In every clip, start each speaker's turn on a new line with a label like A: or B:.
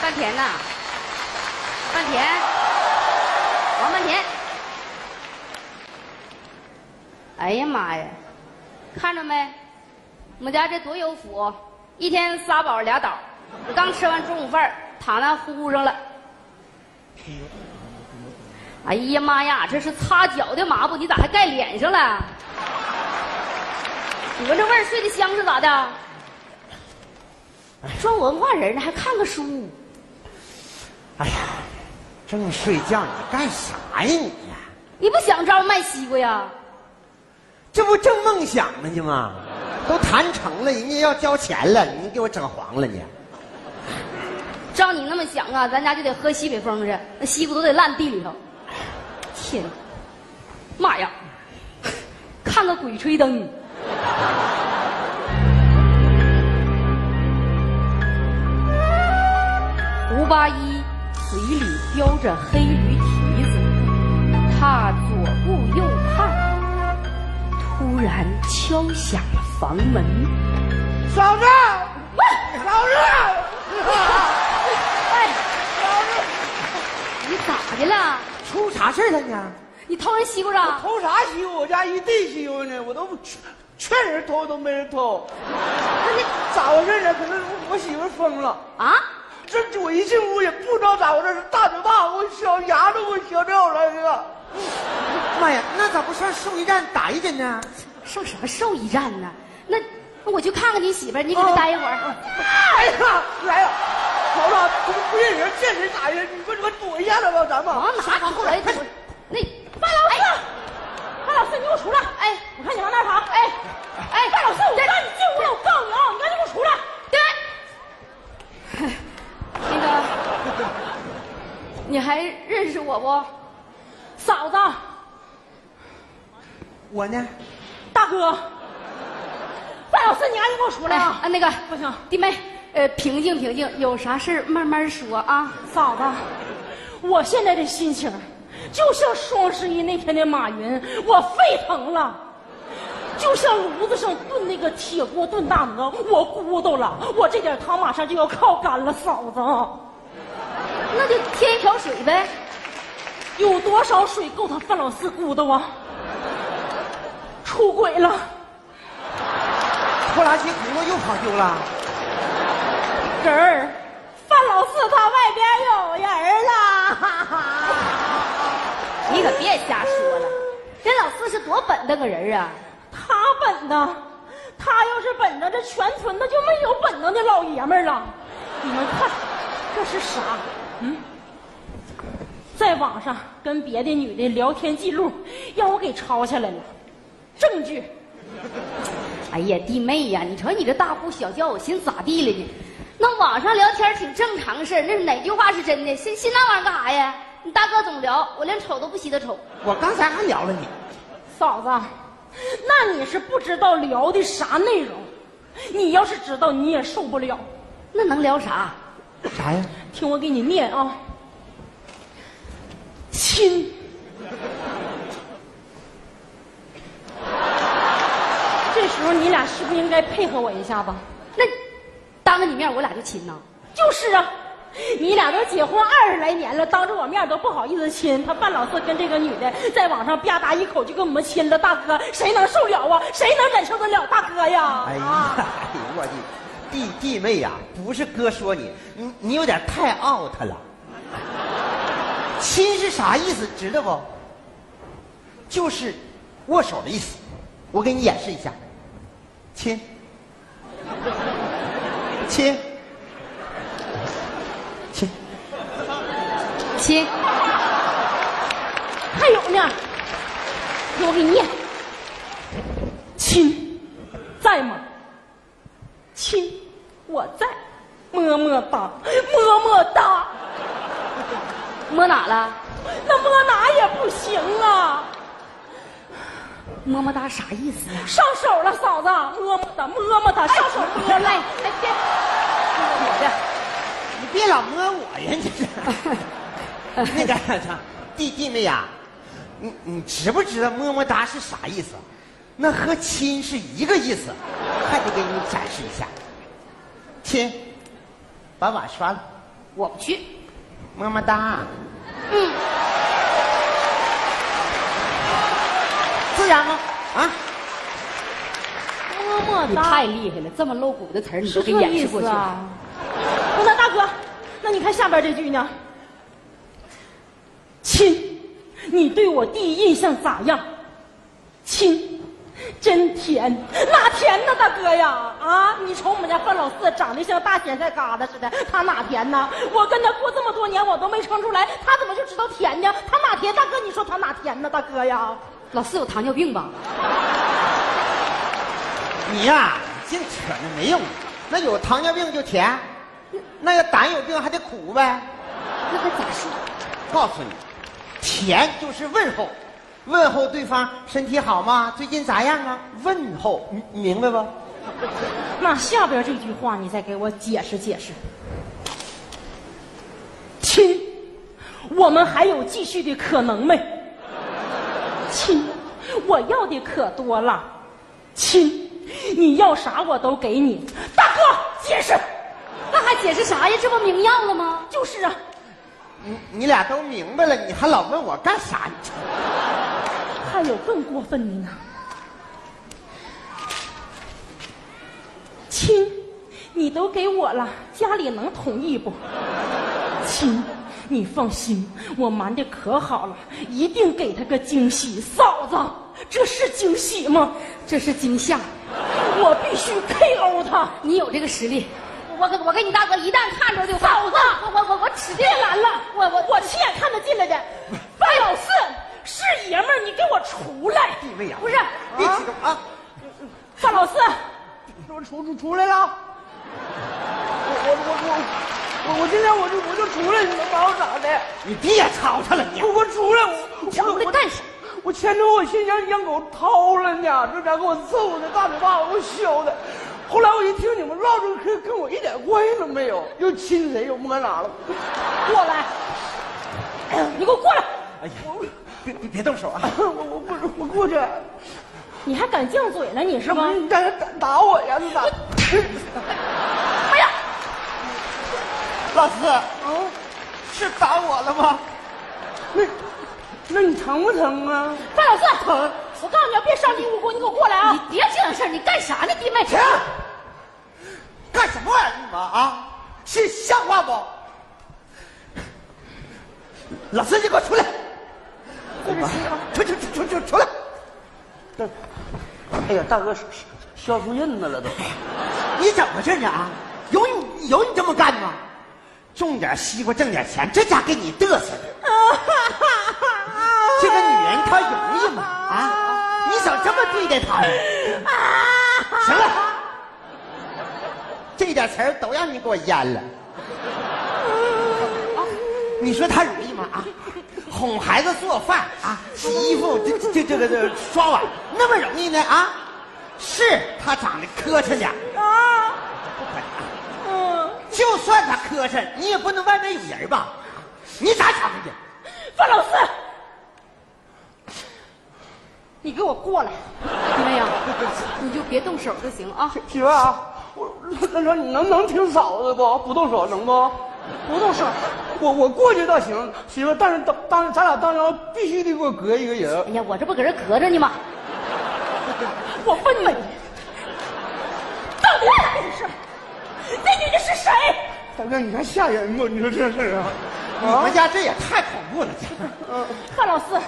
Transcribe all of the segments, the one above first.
A: 半田呐，半田，王半田。哎呀妈呀，看着没，我们家这多有福，一天仨宝俩倒。我刚吃完中午饭儿，躺那呼呼上了。哎呀妈呀，这是擦脚的抹布，你咋还盖脸上了？你闻这味儿睡得香是咋的？装哎文化人呢，还看个书？
B: 哎呀，正睡觉，你干啥呀你？
A: 你不想招卖西瓜呀？
B: 这不正梦想呢你吗？都谈成了，人家要交钱了，你给我整黄了你。
A: 照你那么想啊，咱家就得喝西北风去，那西瓜都得烂地里头。天，妈呀，看个鬼吹灯！吴八一嘴里叼着黑驴蹄子，他左顾右盼，突然敲响了房门。
C: 嫂子，
A: 喂，
C: 嫂子，
A: 哎，
C: 嫂子，
A: 你咋的了？
B: 出啥事儿了呢？
A: 你偷人西瓜了？
C: 偷啥西瓜？我家一地西瓜呢，我都不劝劝人偷都没人偷，
A: 那你
C: 咋回事呢？可能我媳妇疯了。
A: 啊？
C: 这我一进屋也不知道咋回事，大嘴巴我小牙都给我削掉了，这个。
B: 妈呀，那咋不上兽医站打一针呢？
A: 上什么兽医站呢？那那我去看看你媳妇儿，你搁这
C: 哦
A: 待一会儿。
C: 哎呀，来呀，嫂子，怎么不认人？见谁打人？你说你们躲一下子吧，咱们。
A: 往哪跑来？我那范老四，范老四，你给我出来！哎，我看你往哪跑！哎，哎，范老四，我让你进屋了，我告诉你啊，你赶紧给我出来！对，那个，你还认识我不？嫂子，
B: 我呢？
D: 大哥，范老师，你赶紧给我出来
A: 哎
D: 啊！
A: 啊，那个
D: 不行，
A: 弟妹，呃，平静平静，有啥事儿慢慢说啊。
D: 嫂子，我现在的心情就像双十一那天的马云，我沸腾了，就像炉子上炖那个铁锅炖大鹅，我咕嘟了，我这点汤马上就要靠干了，嫂子，
A: 那就添一瓢水呗。
D: 有多少水够他范老四咕嘟啊？出轨了，
B: 拖拉机轱辘又跑丢了。
D: 人儿，范老四他外边有人了。
A: 你可别瞎说了，这老四是多本的个人啊！
D: 他本的，他要是本着，这全村的就没有本能的老爷们儿了。你们看，这是啥？嗯，在网上跟别的女的聊天记录，让我给抄下来了，证据。
A: 哎呀，弟妹呀，你瞅你这大呼小叫，我寻思咋地了呢？那网上聊天挺正常事儿，那哪句话是真的？信信那玩意儿干啥呀？你大哥总聊，我连瞅都不稀得瞅。
B: 我刚才还聊了你，
D: 嫂子，那你是不知道聊的啥内容，你要是知道，你也受不了。
A: 那能聊啥？
B: 啥呀？
D: 听我给你念啊，亲。这时候你俩是不是应该配合我一下吧？
A: 那当着你面我俩就亲呐？
D: 就是啊，你俩都结婚二十来年了，当着我面都不好意思亲。他范老四跟这个女的在网上吧嗒一口就跟我们亲了，大哥谁能受了啊？谁能忍受得了大哥呀？
B: 哎呀，
D: 啊，
B: 哎呦我的弟弟妹呀、不是哥说你，你你有点太 out 了。亲是啥意思，知道不？就是握手的意思。我给你演示一下，亲，亲，亲，
A: 亲，
D: 还有呢，听我给你念，亲，在吗？亲，我在，么么哒，么么哒，
A: 摸哪了？
D: 那摸哪也不行啊，
A: 么么哒啥意思呀？
D: 上手了，嫂子，么么哒，么么哒，上手摸了，
A: 哎哎别，我
B: 你别老摸我呀，你这。那个弟弟妹呀、你你知不知道么么哒是啥意思？那和亲是一个意思，还得给你展示一下。亲，把碗刷了，
A: 我不去。
B: 么么哒。
A: 嗯，
B: 自然吗？啊，
D: 哎么么
A: 你
D: 哒。
A: 太厉害了，这么露骨的词儿你都
D: 是
A: 给
D: 这
A: 掩
D: 意
A: 饰过
D: 思
A: 去了。
D: 啊？那大哥，那你看下边这句呢？亲，你对我第一印象咋样？亲，真甜，哪甜呢，大哥呀？啊，你瞅我们家范老四长得像大咸菜疙瘩似的，他哪甜呢？我跟他过这么多年，我都没称出来，他怎么就知道甜呢？他哪甜？大哥，你说他哪甜呢？大哥呀，
A: 老四有糖尿病吧？
B: 你呀、净扯那没用。那有糖尿病就甜，那要胆有病还得苦呗。
A: 那该咋说？
B: 告诉你，甜就是问候，问候对方身体好吗？最近咋样啊？问候，你你明白不？
D: 那下边这句话你再给我解释解释。亲，我们还有继续的可能没？亲，我要的可多了。亲，你要啥我都给你。大哥，解释。
A: 那还解释啥呀？这不明样了吗？
D: 就是啊，
B: 你你俩都明白了，你还老问我干啥？你
D: 还有更过分的呢。亲，你都给我了，家里能同意不？亲，你放心，我瞒的可好了，一定给他个惊喜。嫂子，这是惊喜吗？
A: 这是惊吓，
D: 我必须 KO 他！
A: 你有这个实力。我跟我跟你大哥一旦看着就
D: 嫂子
A: 我我我我指定
D: 别拦了，我我我亲眼看得进来的，范
A: 哎
D: 老四是爷们儿，你给我出来！
B: 地位呀，
A: 不是
B: 别激动啊！
D: 范老四，
C: 我出出出来了，我我我我我我今天我就我就出来，你能把我咋的？
B: 你别吵吵了，你
C: 我我出来，我
A: 出来干啥？
C: 我牵着我心让让狗掏了呢，这家给我揍的大嘴巴子给我削的。后来我一听你们唠这个嗑，跟我一点关系都没有，又亲谁又摸哪了。
D: 过来，你给我过来！
B: 哎呀，别别别动手啊！
C: 我我不我过去，
D: 你还敢犟嘴呢？你是
C: 这不
D: 吗
C: 是？你在这打打我呀？你咋？
D: 哎呀，
B: 老四，哦是打我了吗？
C: 那那你疼不疼啊？
D: 范老四，我告诉你要别伤筋无辜，你给我过来
A: 你
D: 啊！
A: 别这样事儿，你干啥呢，弟妹？
B: 停！干什么玩意儿你们啊？是像话不？老四，你给我出来！出出出出出出来！
C: 大，哎呀，大哥削削出印子了都。
B: 你怎么回事呢啊？有你有你这么干吗？种点西瓜挣点钱，这家给你嘚瑟的。 这个女人她容易吗？啊，你怎么这么对待她呢？ 行了，这点词儿都让你给我淹了。哦你说她容易吗？啊，哄孩子做饭啊，洗衣服，这这这这个这刷碗，那么容易呢？啊，是她长得磕碜点儿。
D: 啊，
B: 不可能啊
D: 嗯，
B: 就算他磕碜，你也不能外面有人吧？你咋想的？
D: 范老四，你给我过来！
A: 弟妹呀，啊你就别动手就行啊。
C: 媳妇儿啊，我那说你能能听嫂子不？不动手能不？不动手，我我过去倒行，媳妇儿，但是当当咱俩当中必须得给我隔一个人。
A: 哎呀，我这不搁这隔着呢吗？
D: 我问你，到底咋回事？那女的是谁？
C: 大哥，你看吓人不？你说这事儿啊
B: 你们家这也太恐怖了！
D: 范老四，
C: 啊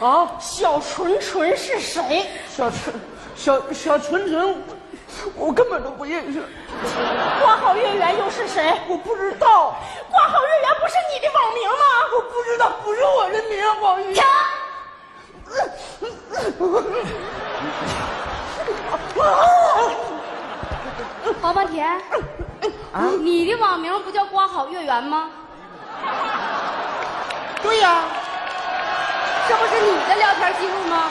C: 啊！
D: 小纯纯是谁？
C: 小纯，小小纯纯，我根本都不认识，
D: 花好月圆又是谁？
C: 我不知道，
D: 花好月圆不是你的网名吗？
C: 我不知道，不是我的名儿，王玉。
A: 王半田，啊，你的网名不叫瓜好月圆吗？
B: 对呀、
A: 这不是你的聊天记录吗？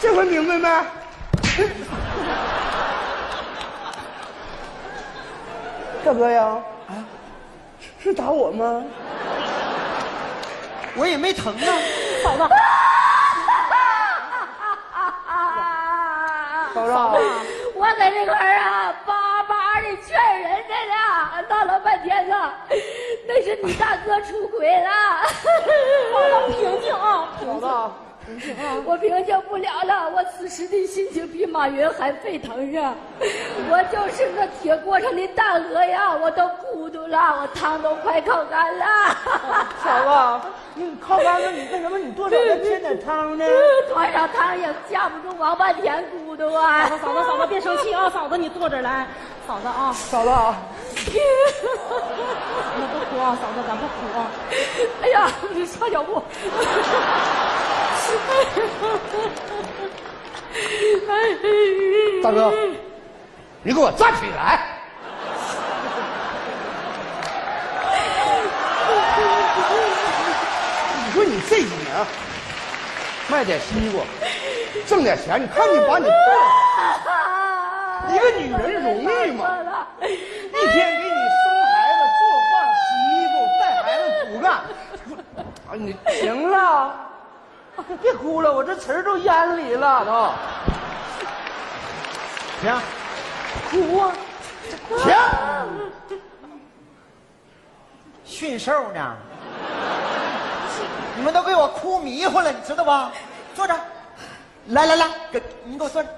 C: 这回明白没？ 大哥呀，啊，是打我吗？
B: 我也没疼啊。
D: 嫂子，
C: 嫂子，
A: 我在这块儿啊，巴巴的劝人家呢，闹了半天呢，
E: 你大哥出轨了，
D: 嫂子平静啊，
C: 嫂
D: 平
C: 子
D: 静。
C: 啊，
E: 我平静不了了，我此时的心情比马云还沸腾啊！我就是那铁锅上的大鹅呀，我都咕嘟了，我汤都快烤干了。
C: 嫂子啊，你靠杆子，你为什么你多少再添点汤呢？
E: 多少汤也架不住王八田咕嘟啊！
D: 嫂子，嫂子，嫂子，别生气啊！嫂子，你坐着来，嫂子啊，
C: 嫂子啊，
D: 咱不哭啊，嫂子，咱不哭啊。
E: 哎呀，你上脚步。
B: 大哥，你给我站起来！
C: 你说你这几年卖点西瓜，挣点钱，你看你把你干
E: 啊
C: 一个女人容易吗？ 一天给你生孩子、做饭、洗衣服、带孩子、苦干，啊，你行了，别哭了，我这词儿都咽里了都。
B: 停
C: 哭啊！
B: 停！驯兽呢？你们都给我哭迷糊了，你知道吧？坐着，来来来，给你给我坐着。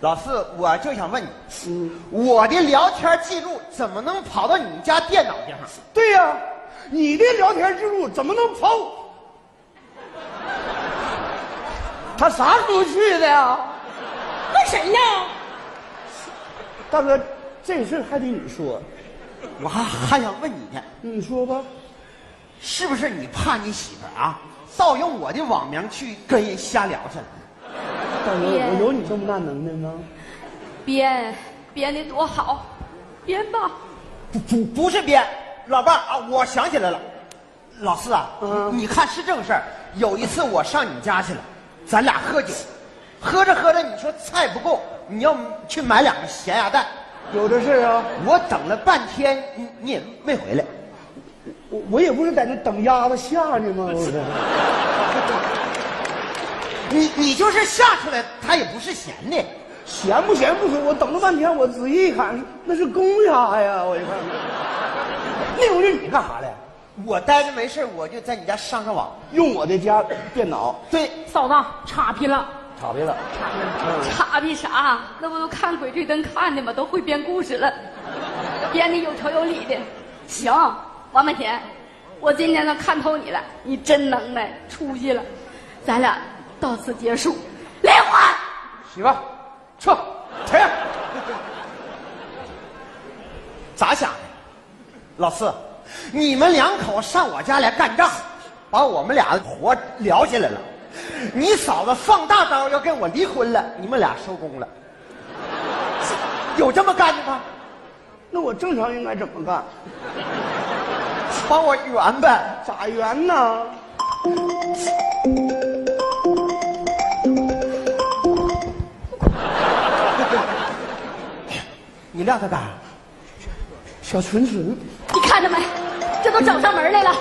B: 老四，我就想问你，我的聊天记录怎么能跑到你家电脑上？
C: 对呀、你的聊天记录怎么能跑我？他啥时候去的呀？
D: 问谁呢？
C: 大哥，这事儿还得你说，
B: 我还还想问你呢，
C: 你说吧。
B: 是不是你怕你媳妇儿啊，盗用我的网名去跟人瞎聊去了？
C: 大哥，
E: 别
C: 我有你这么大能耐吗？
E: 编编的多好，编吧。
B: 不不不是编，老伴儿啊，我想起来了，老四啊，
C: 嗯
B: 你看是正事儿。有一次我上你家去了，咱俩喝酒，喝着喝着你说菜不够，你要去买两个咸鸭蛋，
C: 有这事儿啊？
B: 我等了半天，你你也没回来。
C: 我我也不是在那等鸭子下呢吗？我这
B: 你你就是下出来，它也不是咸的。
C: 闲不闲不说，我等了半天，我仔细一看，那是公鸭呀！我一看，那回是你干啥的？
B: 我待着没事儿我就在你家上上网。
C: 用我的家电脑
B: 对，
D: 嫂子，岔劈了，
C: 查别了。
D: 岔劈了。
E: 傻逼啥？那不都看《鬼吹灯》看的吗？都会编故事了，编的有条有理的。行，王满田，我今天呢看透你了，你真能耐，出息了。咱俩到此结束，离婚。
C: 媳妇，撤，停！
B: 咋想的？老四，你们两口上我家来干仗，把我们俩活聊起来了。你嫂子放大招要跟我离婚了，你们俩收工了，有这么干的吗？
C: 那我正常应该怎么干？
B: 帮我圆呗。
C: 咋圆呢？
B: 你晾他干啥？
C: 小纯纯，
E: 你看着没？这都找上门来了。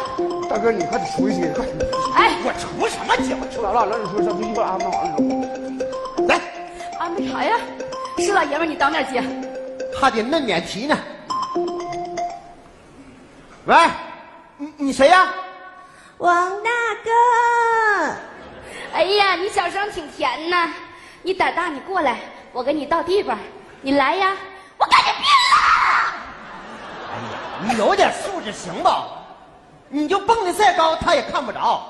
C: 大哥，你快点出去，快点！
E: 哎，
B: 我出什么酒？
C: 说完了，让你说，咱们一会儿安排好了。
B: 来，
A: 啊
E: 安排啥呀？是老爷们儿，你当面接。
B: 还得嫩免提呢。喂，你你谁呀、
F: 王大哥，
E: 哎呀，你小声挺甜呐！你胆大，你过来，我给你倒地方，你来呀！我跟你拼了！
B: 哎呀，你有点素质行吧？你就蹦的再高，他也看不着。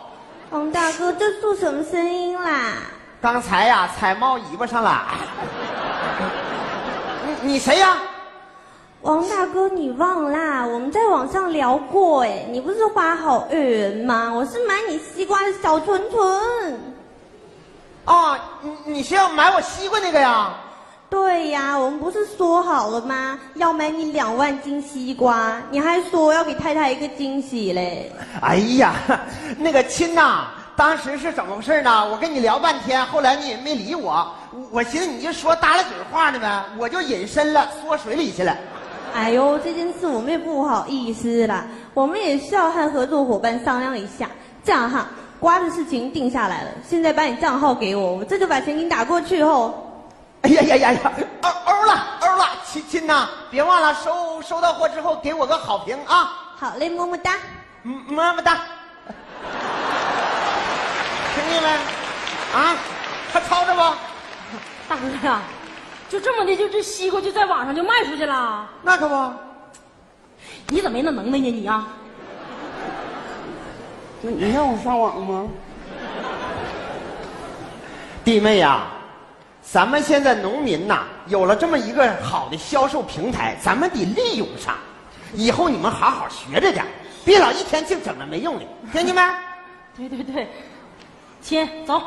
F: 王大哥，这做什么声音啦？
B: 刚才呀、踩猫尾巴上了。 你你谁呀、
F: 王大哥，你忘啦？我们在网上聊过，哎，你不是花好月圆吗？我是买你西瓜的小纯纯。
B: 啊？你你是要买我西瓜那个呀？
F: 对呀、我们不是说好了吗？要买你两万斤西瓜，你还说要给太太一个惊喜嘞。
B: 哎呀，那个亲呐、当时是怎么回事呢？我跟你聊半天，后来你也没理我，我寻思你就说搭拉嘴话呢呗，我就隐身了，缩水里去了。
F: 哎呦，这件事我们也不好意思啦，我们也是要和合作伙伴商量一下。这样哈，瓜的事情定下来了，现在把你账号给我，我这就把钱给你打过去后。
B: 呃哎呀呀呀呀，欧欧了欧了，亲亲呐，别忘了收收到货之后给我个好评啊！
F: 好嘞，么么哒。
B: 嗯，么么哒。听见没？啊，还吵着不？
D: 大哥呀、就这么的，就这西瓜就在网上就卖出去了？
B: 那可不，
D: 你怎么没那能耐呢？你啊，
C: 那你让我上网吗？
B: 弟妹呀、咱们现在农民呐、有了这么一个好的销售平台，咱们得利用上。以后你们好好学着点，别老一天净整那没用的，听见没？
D: 对对对，亲，走，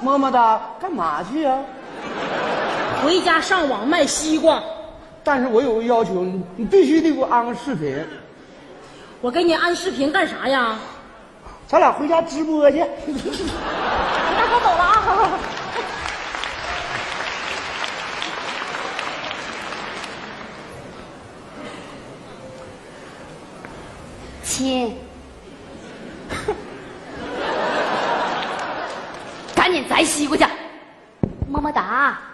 C: 么么哒，干嘛去啊？
D: 回家上网卖西瓜。
C: 但是我有个要求，你你必须得给我安个视频，
D: 我给你安视频干啥呀？
C: 咱俩回家直播去。
D: 大哥走了啊！
A: 亲， 赶紧摘西瓜去，么么哒。